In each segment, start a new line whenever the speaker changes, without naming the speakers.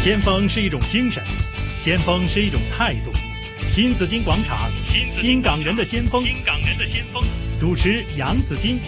先锋是一种精神，先锋是一种态度。新紫金广场，新港人的先锋，
新港人的先锋。
主持杨紫金。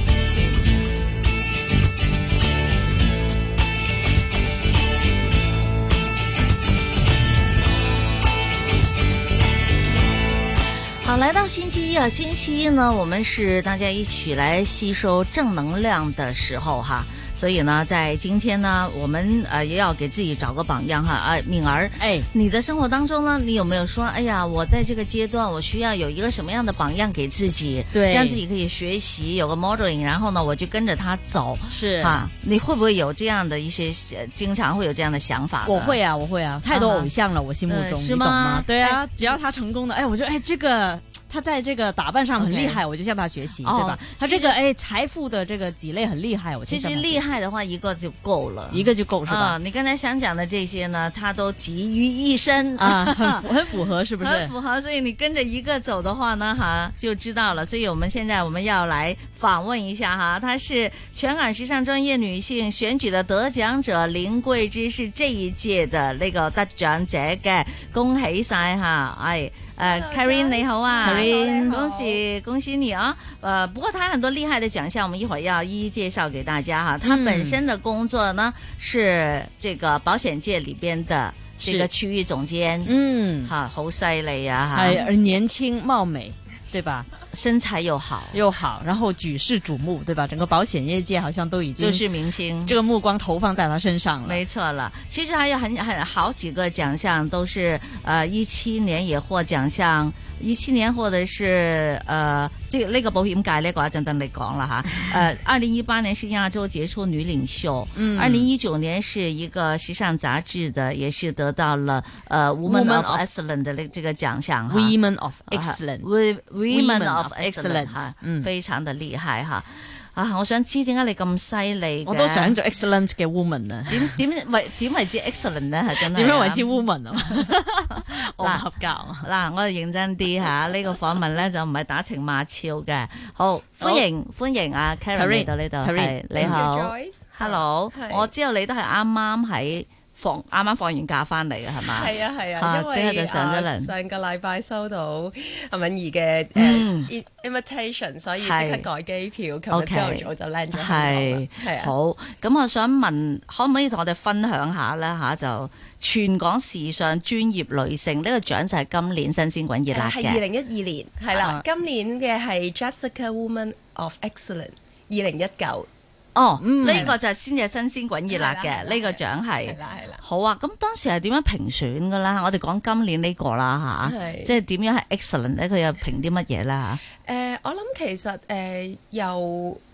好，来到星期一啊，星期一呢，我们是大家一起来吸收正能量的时候哈。所以呢，在今天呢，我们呃也要给自己找个榜样哈。啊，敏儿，
哎，
你的生活当中呢，你有没有说，哎呀，我在这个阶段，我需要有一个什么样的榜样给自己，
对
让自己可以学习，有个 modeling，然后呢，我就跟着他走，
是
哈。你会不会有这样的一些，呃经常会有这样的想法？
我会。啊，我会啊，太多偶像了，我心目中，
对
你
是
懂
吗
嗯吗？对啊，只要他成功的，哎，我就哎这个。他在这个打扮上很厉害，我就向他学习，对
哦
吧？他这个哎财富的这个几类很厉害，我就
其
向
实
他学习
厉害的话，一个就够了，
一个就够是
啊、
吧？
你刚才想讲的这些呢，他都集于一身
啊，很符很符合是不
很
是？
符合，所以你跟着一个走的话呢，哈，就知道了。所以我们现在我们要来访问一下哈，她是全港时尚专业女性选举的得奖者林桂芝，是这一届的呢個得獎者嘅，恭喜晒哈！哎，呃
Hello，
k a r i n 你好啊
Karen
恭喜恭喜你啊！呃，不过她很多厉害的奖项，我们一会儿要一一介绍给大家哈。她
嗯
本身的工作呢、是这个保险界里边的这个
是
区域总监，
嗯，
吓，好犀利啊！
哎，
吓，
而年轻貌美，对吧？
身材又好，
又好，然后举世瞩目，对吧？整个保险业界好像都已经
就是明星
这。个目光投放在他身上了。
没错了，其实还有很很好几个奖项都是呃一七年也获奖项，一七年获的是呃这个那个保险界呢个一阵等你讲了 哈，呃二零一八年是亚洲杰出女领袖，
嗯
二零一九年是一个时尚杂志的，也是得到了呃 Woman
Woman
of
of-
Excellence 的那这个奖项哈。
啊 Women of Excellence，
We- 啊 Women
Women
of
of
Excellence，
Excellence，
嚇
嗯
非常的厲害嚇。啊，我想知點解你咁犀利嘅
我都想做 Excellent 嘅 Woman 啊。
點點為點為之 excellent 咧？係真係啊
點樣為之 woman 啊？ 我唔
嗱
合格啊！
嗱，我哋認真啲 嚇，呢個訪問咧就唔係打情罵俏嘅。好，歡迎歡迎啊 Karen
Karen，
嚟到呢度，
Karen，
係你好
Joyce，
，Hello，
係
我知道你都係啱啱喺放啱啱放完假翻嚟嘅係嘛？
係啊係
啊
啊，因
即刻
為
就上咗
啊
嚟
上個禮拜收到阿敏儀嘅
嗯
誒 invitation，所以即
係
刻改機票，啊琴日朝
OK
頭早就 land 咗香港啦
係
係啊，
好，咁我想問，可唔可以同我哋分享下咧吓？就全港時尚專業女性呢、個獎就係今年新鮮滾熱辣
誒啊係二
嘅，
零一二年係啦
啊，
今年嘅係 Jessica Woman of Excellence。二零一九
哦，
嗯
呢、個就係先至係新鮮滾熱辣
係啦
嘅
係啦
呢個獎係
係。啦係啦，
好啊，咁當時係點樣評選嘅啦？我哋講今年呢個啦吓，
係
即係點樣係 excellent 咧？佢又評啲乜嘢啦？
誒、我諗其實誒、呃又，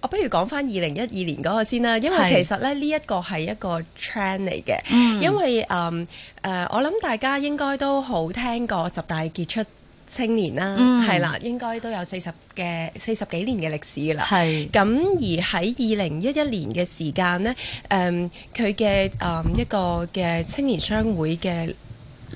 我不如講翻二零一二年嗰個先啦，因
係
為其實咧呢一個係一個 trend 嚟嘅，因為誒誒、嗯呃我諗大家應該都好聽過十大傑出青年啦，
嗯
係啦、應該都有四十嘅四十幾年嘅歷史㗎啦。
係
咁而喺二零一一年嘅時間呢，誒佢嘅誒一個嘅青年商會嘅。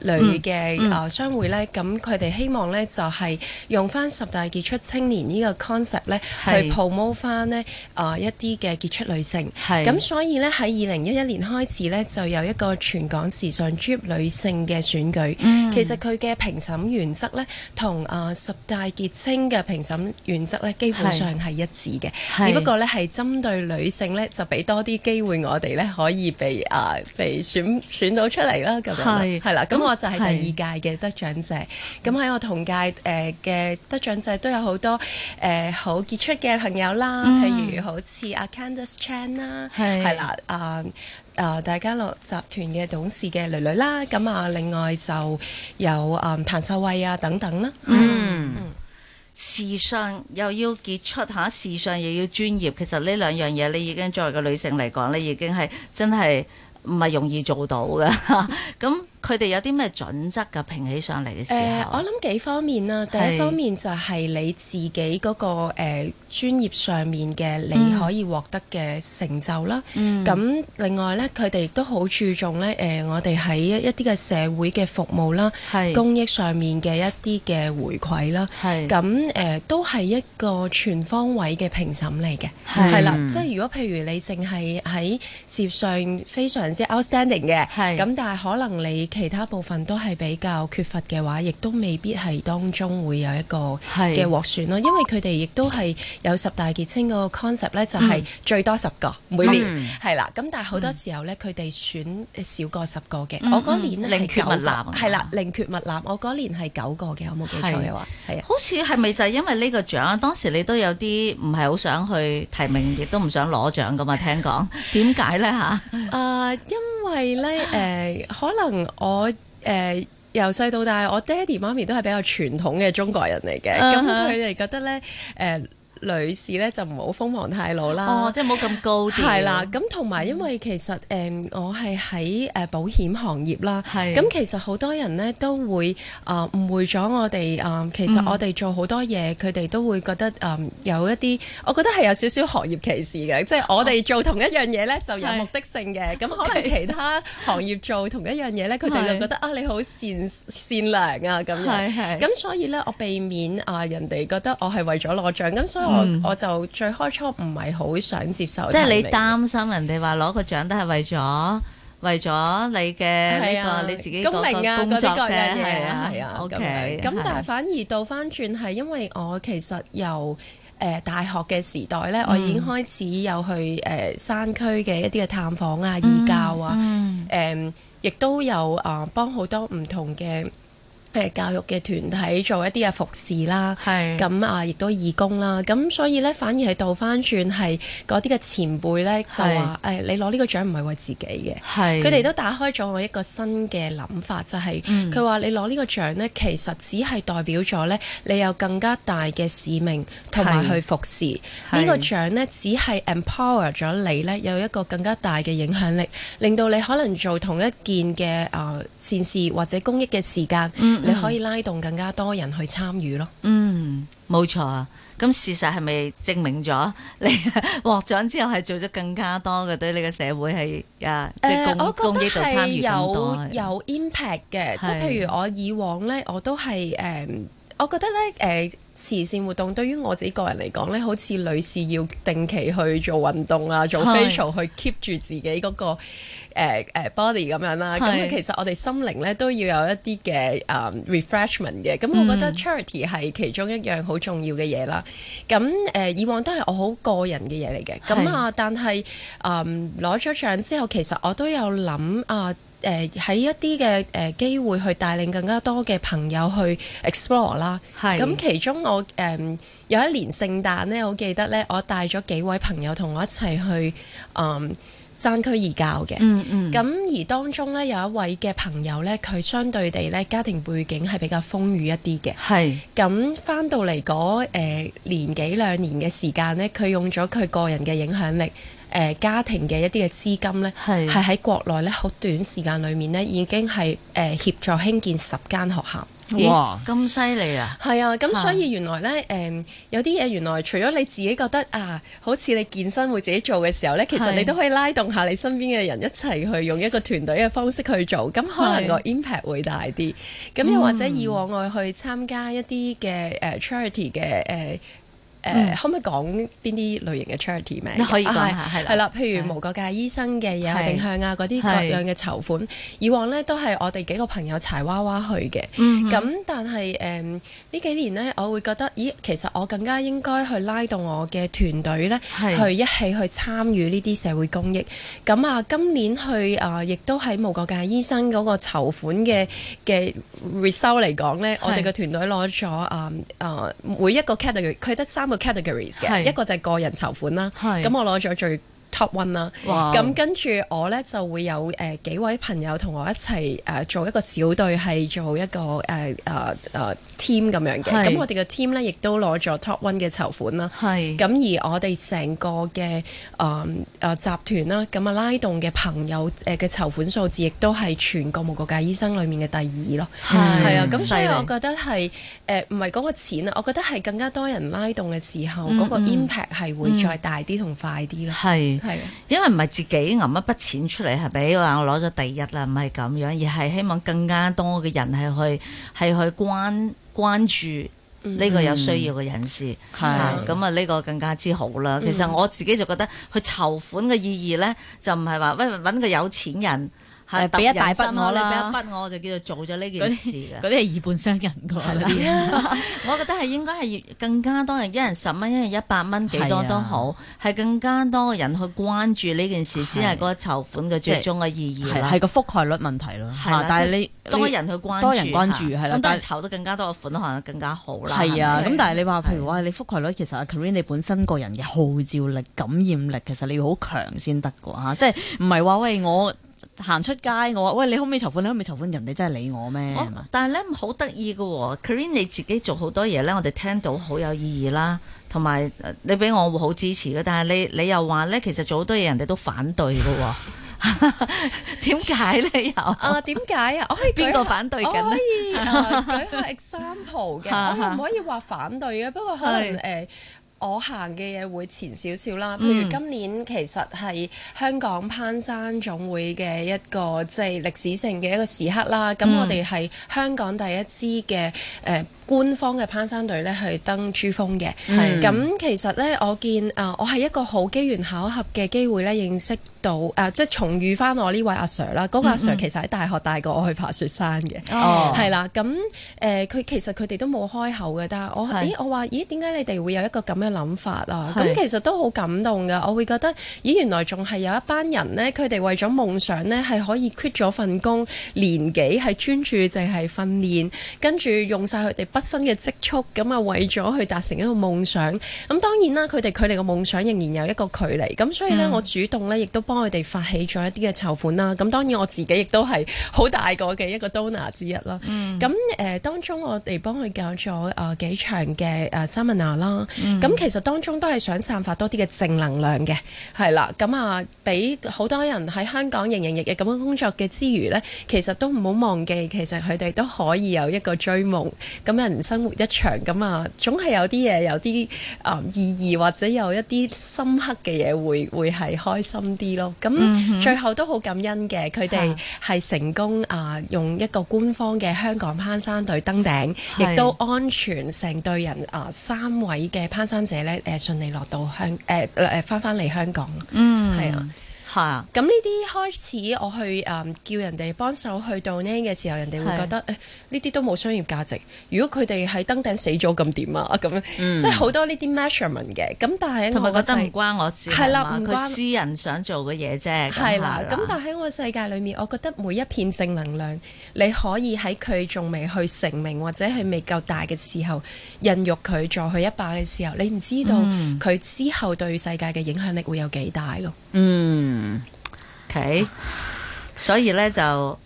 類嘅
嗯
誒商會呢，咁佢哋希望呢就係用翻十大傑出青年呢個 concept 呢，去
係
promote 翻呢誒一啲嘅傑出女性。
係
咁所以呢，喺二零一一年開始呢，就有一個全港時尚專業女性嘅選舉。
嗯
其實佢嘅評審原則呢，同誒、呃十大傑青嘅評審原則呢，基本
係
上係一致嘅。
係
只不過咧係針對女性咧，就俾多啲機會我哋咧可以被啊被選選到出嚟啦，咁樣啦
係
係啦。咁
咁
我就係第二屆嘅得獎者。咁喺我同屆誒嘅得獎者都有好多誒好傑出嘅朋友啦，
嗯
譬如好似阿 Candice Chan 啦，
係
係啦啊。啊、大家樂集團嘅董事嘅女女啦，咁啊，另外就有啊、彭秀慧啊等等啦，
嗯，
時尚又要傑出嚇，時尚又要專業，其實呢兩樣嘢你已 經作為個女性嚟講，你已經係真係唔係容易做到嘅。咁佢哋有啲咩準則㗎？評起上嚟嘅時
誒、
候，
我諗幾方面啦。第
係
一方面就係你自己嗰、個誒、專業上面嘅你
嗯
可以獲得嘅成就啦。
嗯
咁、另外咧，佢哋亦都好注重咧誒、我哋喺一一啲嘅社會嘅服務啦、
係
公益上面嘅一啲嘅回饋啦。
係
咁誒、都係一個全方位嘅評審嚟嘅，
係嗯
係啦，即係如果譬如你淨係喺事業上非常之 outstanding 嘅，
係
咁但係可能你其他部分都係比較缺乏嘅話，亦都未必係當中會有一個
係
嘅獲選咯，因為佢哋亦都係有十大傑青嗰個 concept 咧，就
嗯
係最多十個每年
嗯
係啦，咁但係好多時候咧，佢哋選少過十個嘅，
嗯
我嗰年咧
嗯寧缺
係九
勿濫啊
個，係啦，寧缺勿濫，我嗰年係九個嘅，我冇記錯嘅話，係啊。
好似係咪就係因為呢個獎？當時你都有啲唔係好想去提名，亦都唔想攞獎噶嘛？聽講點解咧吓？
啊、因為 咧誒、可能我誒。由細到大，我爹哋媽咪都係比較傳統嘅中國人嚟嘅，咁
嗯哼
佢哋覺得咧，誒、女士咧就唔好鋒芒太露啦。
哦，即係冇咁高調。
係啦，咁同埋因為其實誒、嗯我係喺誒保險行業啦，
係
咁其實好多人咧都會啊、誤會咗我哋啊、其
嗯
實我哋做好多嘢，佢哋都會覺得啊、有一啲，我覺得係有少少行業歧視嘅，即係我
哦
哋做同一樣嘢咧就有
係
目的性嘅，咁可能其他行業做同一樣嘢咧，佢哋
係
就覺得啊你好善善良啊咁樣。
係係
咁所以咧，我避免啊、人哋覺得我係為咗攞獎，咁所以我、
嗯
我就最開初唔係好想接受。
即係你擔心人哋話攞個獎都係為咗為咗你嘅
係
呢
啊，
個你自己個
公明啊，
工
嗰
作
啲各
啫，
樣嘢啊，
係
係啊
啊。
咁樣
，OK。
咁但係反而倒翻轉係因為我其實由誒、大學嘅時代咧，我已
嗯
經開始有去誒、山區嘅一啲嘅探訪啊、義教啊，誒、
嗯
亦都有啊、幫好多唔同嘅誒、教育嘅團體做一啲嘅服侍啦。
係
咁啊，亦都義工啦，咁所以咧，反而係倒翻轉係嗰啲嘅前輩咧，就話誒、你攞呢個獎唔係為自己嘅，
係
佢哋都打開咗我一個新嘅諗法，就係
嗯
佢話你攞呢個獎呢，其實只係代表咗呢，你有更加大嘅使命同埋
係
去服侍。
係
呢個獎呢，只係 empower 咗你呢，有一個更加大嘅影響力，令到你可能做同一件嘅誒、呃善事或者公益嘅時間，
嗯嗯
你可以拉動更加多人去參與咯。
嗯，冇錯啊。咁事實係咪證明咗你 獲獎之後係做咗更加多嘅對你嘅社會係啊，即
誒
係公公益度參與更多
有
係
有 impact 嘅，即
係
係譬如我以往咧，我都係誒、我覺得咧誒、慈善活動對於我自己個人嚟講咧，好似女士要定期去做運動啊，做
係
facial 去 keep 住自己嗰、個誒、誒 body 咁樣啦。
係
咁其實我哋心靈咧都要有一啲嘅誒 refreshment 嘅。咁我覺得 charity 係其中一樣好重要嘅嘢啦。咁誒、以往都係我好個人嘅嘢嚟嘅。咁啊，但係誒攞咗獎之後，其實我都有諗啊。誒喺、一啲嘅誒機會去帶領更加多嘅朋友去 explore 啦，
係
咁其中我誒、嗯有一年聖誕咧，我記得咧，我帶咗幾位朋友同我一齊去誒、嗯山區義教嘅。
嗯嗯
咁而當中咧有一位嘅朋友咧，佢相對地咧家庭背景係比較豐裕一啲嘅。
係
咁翻到嚟嗰誒年幾兩年嘅時間咧，佢用咗佢個人嘅影響力，誒、呃家庭嘅一啲嘅資金咧，
係
係喺國內咧好短時間裏面咧，已經係誒、呃、協助興建十間學校。
咦
哇
咁犀利啊！
係啊，咁
嚇
所以原來咧，誒、有啲嘢原來除咗你自己覺得啊，好似你健身會自己做嘅時候咧，其實
係
你都可以拉動下你身邊嘅人一齊去用一個團隊嘅方式去做，咁可能個 impact 會大啲。咁又或者以往我去參加一啲嘅誒 charity 嘅誒。誒、可唔可以講邊啲類型嘅 charity 名
你
嘅？
嗯可以講下
啊
係啦
係啦，譬
係
如無國界醫生嘅嘢
係
定向啊，嗰啲各
係
樣嘅籌款，以往咧都係我哋幾個朋友柴娃娃去嘅。
嗯
咁、但係誒呢幾年呢，我會覺得，咦，其實我更加應該去拉動我嘅團隊呢，
係
去一起去參與呢啲社會公益。咁啊，今年去啊，亦都喺無國界醫生嗰個籌款嘅嘅 result 嚟講呢，我哋嘅團隊攞咗啊啊每一個 category，佢得三個 categories
係
嘅，一個就係個人籌款啦，
係
咁我攞咗最。 top one 啦。
哇
咁跟住我咧就會有誒、呃、幾位朋友同我一齊誒、呃做一個小隊，係做一個誒誒誒 team 咁
係
樣嘅。咁我哋嘅 team 咧亦都攞咗 top one 嘅籌款啦。
係
咁而我哋成個嘅誒誒集團啦，咁啊拉動嘅朋友誒嘅籌款數字，亦都係全國無國界醫生裡面嘅第二咯。
係
係啊，咁所以
犀利
我覺得係誒唔係嗰個錢啊，我覺得係更加多人拉動嘅時候，
嗯
嗰、個 impact 係會再大啲同快啲咯。
係。
係啊。
因為唔係自己揞一筆錢出嚟係俾話我攞咗第一啦，唔係咁樣，而係希望更加多嘅人係去係去關關注。呢個有需要嘅人士，
嗯係嗯
啊咁啊呢個更加之好啦。其實我自己就覺得去籌款嘅意義咧，就唔係話喂揾個有錢人係
誒俾一大
揼人
筆
心啊
我
你
啦
俾一筆我就叫做做咗呢
嗰
件事
啲
嘅。
嗰啲係以本傷人㗎喎嗰啲。
啊 我覺得係應該係要更加多人，一人十蚊，一人一百蚊，幾多
係啊
都好，係、更加多人去關注呢件事，先係嗰個籌款嘅最終嘅意義
係
啦。
係個覆蓋率問題咯，
係啦
嚇但係你
多人去關注，
多人關注
嚇
係啦
咁多
但
人
係
籌得更加多嘅款，可能更加好啦。
係啊，
係咪
咁但係你話譬如話你覆蓋率，其實阿 Karen 你本身個人嘅號召力、感染力，其實你要好強先得㗎嚇，即係唔係話喂我行出街，我話喂你可唔可以籌款？你可唔可以籌款？人哋真係理我咩？
我
係嘛
哦但係咧好得意嘅喎，Karen 你自己做好多嘢咧，我哋聽到好有意義啦，同埋呃你俾我會好支持嘅。但係你你又話咧，其實做好多嘢人哋都反對嘅喎， 點解咧又？
啊，點解啊？我可以舉
邊個反對
我
緊
可
咧？
以啊 舉下 example 嘅，
嚇
我唔可以話反對嘅，不過可能
係
誒。我行嘅嘢會前少少啦，譬
嗯
如今年其實係香港攀山總會嘅一個即係歷史性嘅一個時刻啦。
嗯
咁我哋係香港第一支嘅誒、呃官方嘅攀山隊咧去登珠峰嘅。
嗯
係
咁、其實咧，我見誒、呃我係一個好機緣巧合嘅機會咧，認識到誒、呃即係重遇翻我呢位阿 Sir 啦。
嗯
嗰、個阿 Sir 其實喺大學帶過我去爬雪山嘅。
哦
係啦，咁誒，呃佢、其實佢哋都冇開口嘅，但係我
係
咦，我話咦，點解你哋會有一個咁嘅諗法啊？
係
咁其實都好感動㗎，我會覺得咦，原來仲係有一班人呢，佢哋為咗夢想呢，係可以 quit 咗份工，年幾係專注淨係訓練，跟住用晒佢哋畢生嘅積蓄，咁啊為咗去達成一個夢想。咁當然啦，佢哋距離個夢想仍然有一個距離，咁所以呢，我主動呢，亦都幫佢哋發起咗一啲嘅籌款啦。咁當然我自己亦都係好大個嘅一個 donor 之一啦。咁誒、呃、當中我哋幫佢搞咗誒、呃、幾場嘅誒、呃 seminar 啦，咁、其實當中都係想散發多啲嘅正能量嘅，係啦，咁啊俾好多人喺香港營營役役咁樣工作嘅之餘呢，其實都唔好忘記，其實佢哋都可以有一個追夢，咁人生活一場，咁啊總係有啲嘢有啲誒、呃意義或者有一啲深刻嘅嘢會會係開心啲咯，咁、最後都好感恩嘅，佢哋係成功啊、用一個官方嘅香港攀山隊登頂，
係
亦都安全成隊人啊、三位嘅攀山者咧誒、呃、順利落到香誒誒翻翻嚟香港，
嗯
係啊。
嚇。
咁呢啲開始我去誒、嗯叫人哋幫手去 donate 嘅時候，人哋會覺得誒呢啲都冇商業價值。如果佢哋喺登頂死咗咁點啊？咁樣、即係好多呢啲 measurement 嘅。咁但係喺
嗯同埋
我個
覺得
世
唔關我事，
係啦
嘛
唔
佢
關
私人想做嘅嘢啫。
係啦，咁
係
但喺我世界裏面，我覺得每一片正能量，你可以喺佢仲未去成名或者佢未夠大嘅時候，孕育佢助佢一把嘅時候，你唔知道佢之後對世界嘅影響力會有幾大咯。
嗯，
OK，所以咧就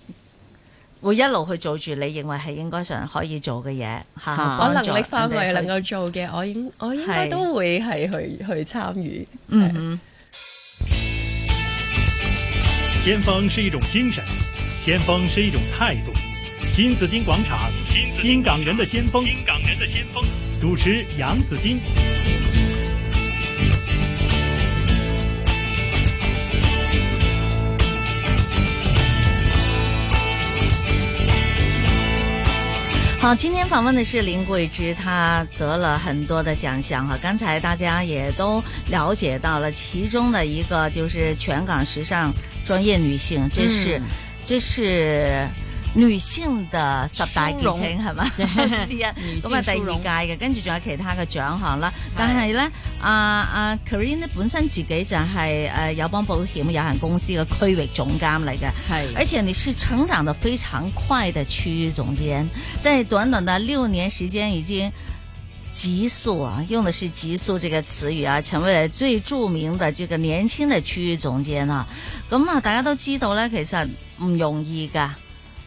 會一路去做住你認為係應該上可以做嘅嘢嚇。
嚇
我
幫
能
助
力範圍
人哋
能
去
夠做嘅，我應我應
係
該都會係去去參與。
嗯哼
先鋒是一种精神，先鋒是一种态度。新紫金广场，新新港人的先锋，新港人的先锋。主持杨紫金。
好，今天访问的是林桂芝，她得了很多的奖项哈。刚才大家也都了解到了，其中的一个就是全港时尚专业女性，这是、这是女性的十大傑
殊
青
榮
係 嘛？之一
女性
咁啊，第
殊榮
二屆嘅，跟住仲有其他嘅獎項啦。但係啊咧，阿阿 Karen 咧本身自己就係、呃友邦保險有限公司嘅區域總監嚟嘅。而
係
且你是成长的非常快的区域总监，在短短的六年时间已经极速啊，用的是“极速”这个词语啊，成为了最著名的这个年轻的區域總監啊。咁啊，大家都知道咧，其實唔容易噶，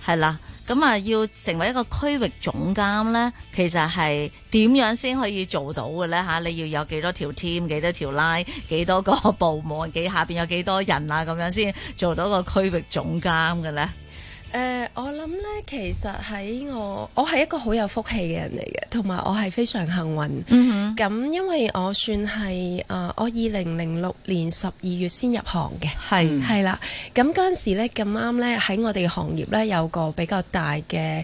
係啦。咁啊，要成為一個區域總監咧，其實係點樣先可以做到嘅咧？嚇，你要有幾多條 team、幾多條 line、幾多個部門、幾下邊有幾多人啊？咁樣先做到個區域總監嘅咧？
誒、呃我諗呢，其實喺我，我係一個好有福氣嘅人嚟嘅，同埋我係非常幸運。
嗯
咁、因為我算係誒、呃我二零零六年十二月先入行嘅。
哼，係
係啦，咁嗰陣時咧咁啱咧喺我哋行業咧有個比較大嘅誒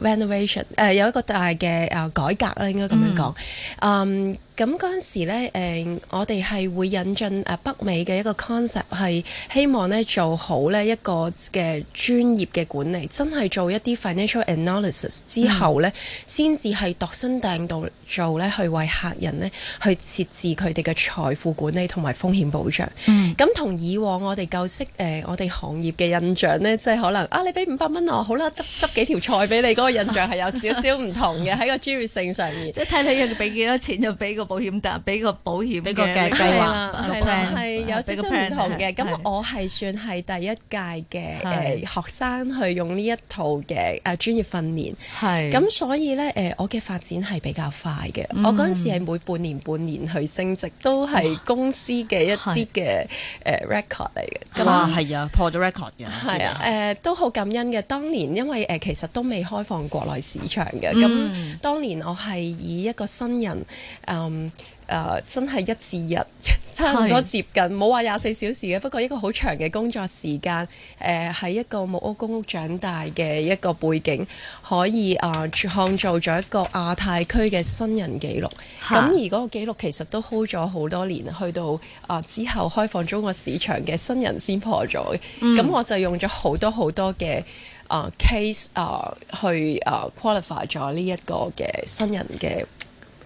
renovation，誒、有一個大嘅誒、呃改革啦，應該咁樣講。嗯咁嗰陣時咧，誒、我哋係會引進誒北美嘅一個 concept，係希望咧做好咧一個嘅專業嘅管理，真係做一啲 financial analysis 之後
嗯
咧，先至係度身訂造做咧，去為客人咧去設置佢哋嘅財富管理同埋風險保障。
嗯
咁同以往我哋舊式誒、呃我哋行業嘅印象呢，即係可能啊，你俾五百蚊我，好啦，執執幾條菜俾你，嗰、個印象係有少少唔 同嘅喺個專業性上面。
即係睇你要俾幾多錢就俾個保險單，俾個保險
俾個
嘅
計計劃
係
個
啦，係啦
plan，
係有少
俾個
少
plan，
唔同嘅。
係係
咁我係算係第一屆嘅誒
係
學生去用呢一套嘅誒專業訓練。
係
咁所以咧，誒、我嘅發展係比較快嘅。我嗰陣時係每半年半年去升職，都係公司嘅一啲嘅誒 record 嚟嘅。咁
哇，係啊，破咗 record 嘅，
係啊，誒、都好感恩嘅。當年因為誒、其實都未開放國內市場嘅，咁、當年我係以一個新人，嗯誒、真係一 至日，差唔多接近，冇話廿四小時嘅，不過一個好長嘅工作時間，誒、喺一個木屋公屋長大嘅一個背景，可以誒、創造咗一個亞太區嘅新人紀錄。咁
嚇
而嗰個記錄其實都 hold 咗好多年，去到啊、之後開放中國市場嘅新人先破咗嘅。咁、
嗯
我就用咗好多好多嘅啊、case 啊、去啊、qualify 咗呢一個嘅新人嘅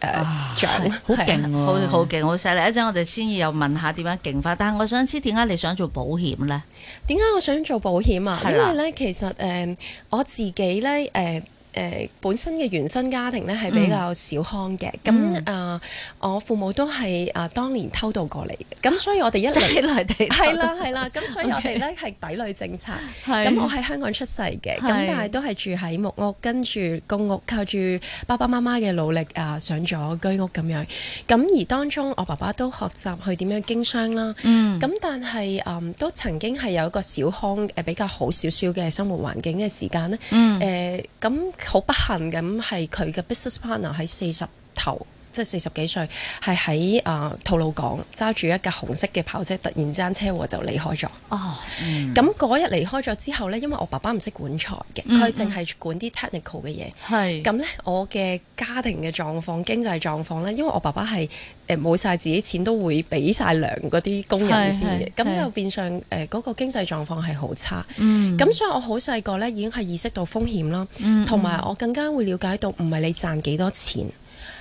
誒獎，
好
係啊
勁喎，
嗯好好勁，好犀利！一陣我哋先至又問下點樣勁法，但係我想知點解你想做保險 咧？
點解我想做保險啊？
係
因
啦
為咧，其實誒、呃我自己咧誒。誒、本身嘅原生家庭咧
嗯
係比較小康嘅，咁誒、呃我父母都係誒、呃、當年偷渡過嚟嘅，咁所以我哋一
即
嚟
係內地
係啦係啦，咁所以我哋咧係抵壘政策。
係
咁我喺香港出世嘅，咁
係
但係都係住喺木屋，跟住公屋，靠住爸爸媽媽嘅努力啊，上咗居屋咁樣。咁而當中，我爸爸都學習去點樣經商啦。
嗯
咁但係嗯都曾經係有一個小康誒比較好少少嘅生活環境嘅時間咧。
嗯
誒咁好不幸咁係佢嘅 business partner 喺四十頭。即係四十幾歲，係喺啊吐露港揸住一架紅色嘅跑車，突然之間車禍就離開咗。
哦，
咁嗰日離開咗之後呢，因為我爸爸唔識管財嘅，
嗯
佢淨係管啲 technical 嘅嘢。
係
咁呢，我嘅家庭嘅狀況、經濟狀況呢，因為我爸爸係誒冇晒自己錢，都會俾晒糧嗰啲工人先嘅，
係係
咁就變相誒嗰個經濟狀況係好差。
嗯
咁所以我好細個呢已經係意識到風險啦，同埋、
嗯
我更加會了解到唔係你賺幾多錢。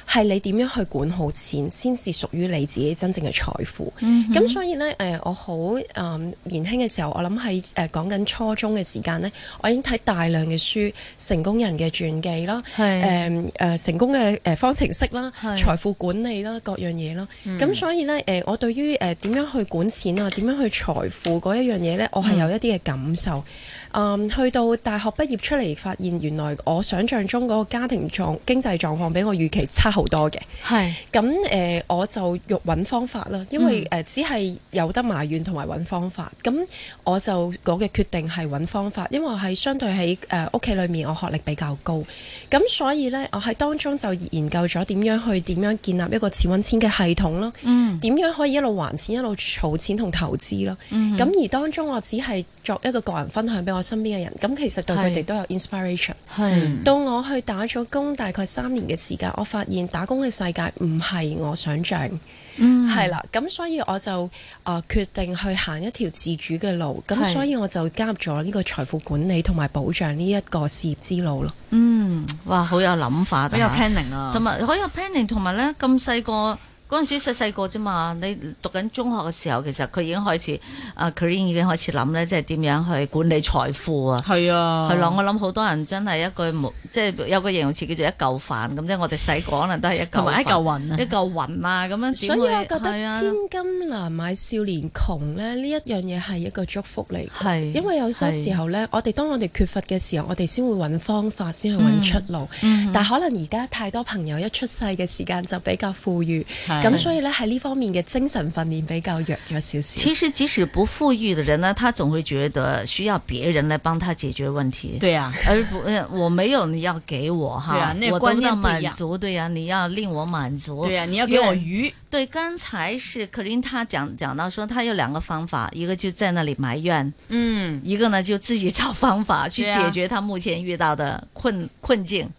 係你點樣去管好錢，先是屬於你自己真正嘅財富。咁、
嗯
所以呢，誒、我好誒、嗯年輕嘅時候，我諗喺誒講緊初中嘅時間呢，我已經睇大量嘅書，成功人嘅傳記啦，誒
係
誒、呃成功嘅誒方程式啦，
係
財富管理啦，各樣嘢啦。咁、所以呢，誒、我對於誒點樣去管錢啊，點樣去財富嗰一樣嘢呢，我係有一啲嘅感受。嗯，去到大學畢業出嚟，發現原來我想象中嗰個家庭狀經濟狀況比我預期差好多嘅。
係嗯
咁誒、呃我就欲揾方法啦，因為誒、呃只係有得埋怨同埋揾方法。咁我就我嘅決定係揾方法，因為我係相對喺誒屋企裏面，我學歷比較高，咁所以呢，我喺當中就研究咗點樣去點樣建立一個儲揾錢嘅系統啦。
嗯
點樣可以一路還錢一路儲錢同投資咯？咁、
嗯
而當中我只係作一個個人分享俾我身邊嘅人，咁其實對佢
係
哋都有 inspiration。
係
到我去打咗工大概三年嘅時間，我發現打工嘅世界唔係我想象，
嗯
係啦、咁所以我就啊、呃、決定去行一條自主嘅路，咁
係
所以我就加入咗呢個財富管理同埋保障呢一個事業之路咯。
嗯，哇，好有諗法啊，
好有 planning 啊，
同埋好有 planning，同埋咧咁細個嗰陣時細細個啫嘛，你讀緊中學嘅時候，其實佢已經開始啊 k a r e n 已經開始諗咧，即係點樣去管理財富啊。
係啊，
係咯，我諗好多人真係一句冇，即係有個形容詞叫做一嚿飯咁，即係我哋細個可能都係一嚿
同埋一嚿
飯
雲啊
一。嚿雲啊咁樣。
所
點
以
會
我覺得
係啊
千金難買少年窮咧，呢一樣嘢係一個祝福嚟嘅。
係
因為有好多時候咧，我哋當我哋缺乏嘅時候，我哋先會揾方法，先去
嗯
揾出路。但可能而家太多朋友一出世嘅時間就比較富裕，
係
咁所以咧喺呢方面嘅精神訓練比較弱弱少少。
其實即使不富裕的人呢，他總會覺得需要別人來幫他解決問題。
對啊，
而不，呃我没有你要给我哈，
对啊那个
我
观
得
念
到
不一
满
样
足，对呀、你要令我满足，
對啊，你要給我魚，
对，刚才是可琳她讲讲到说，她有两个方法，一个就在那里埋怨，
嗯，
一个呢就自己找方法去
对啊
解决她目前遇到的困困境，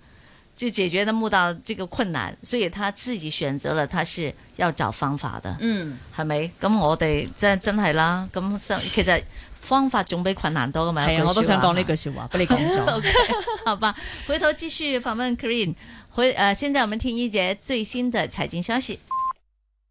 就解决她遇到这个困难，所以她自己选择了她是要找方法的，
嗯，
係咪？咁我哋真真係啦，咁真其實方法總比困難多噶嘛。
係
有
啊，
句
我都想
說話
講呢句説話，俾你講 咗。
好吧，回头继续访问 Green。回呃，现在我们听一节最新的财经消息。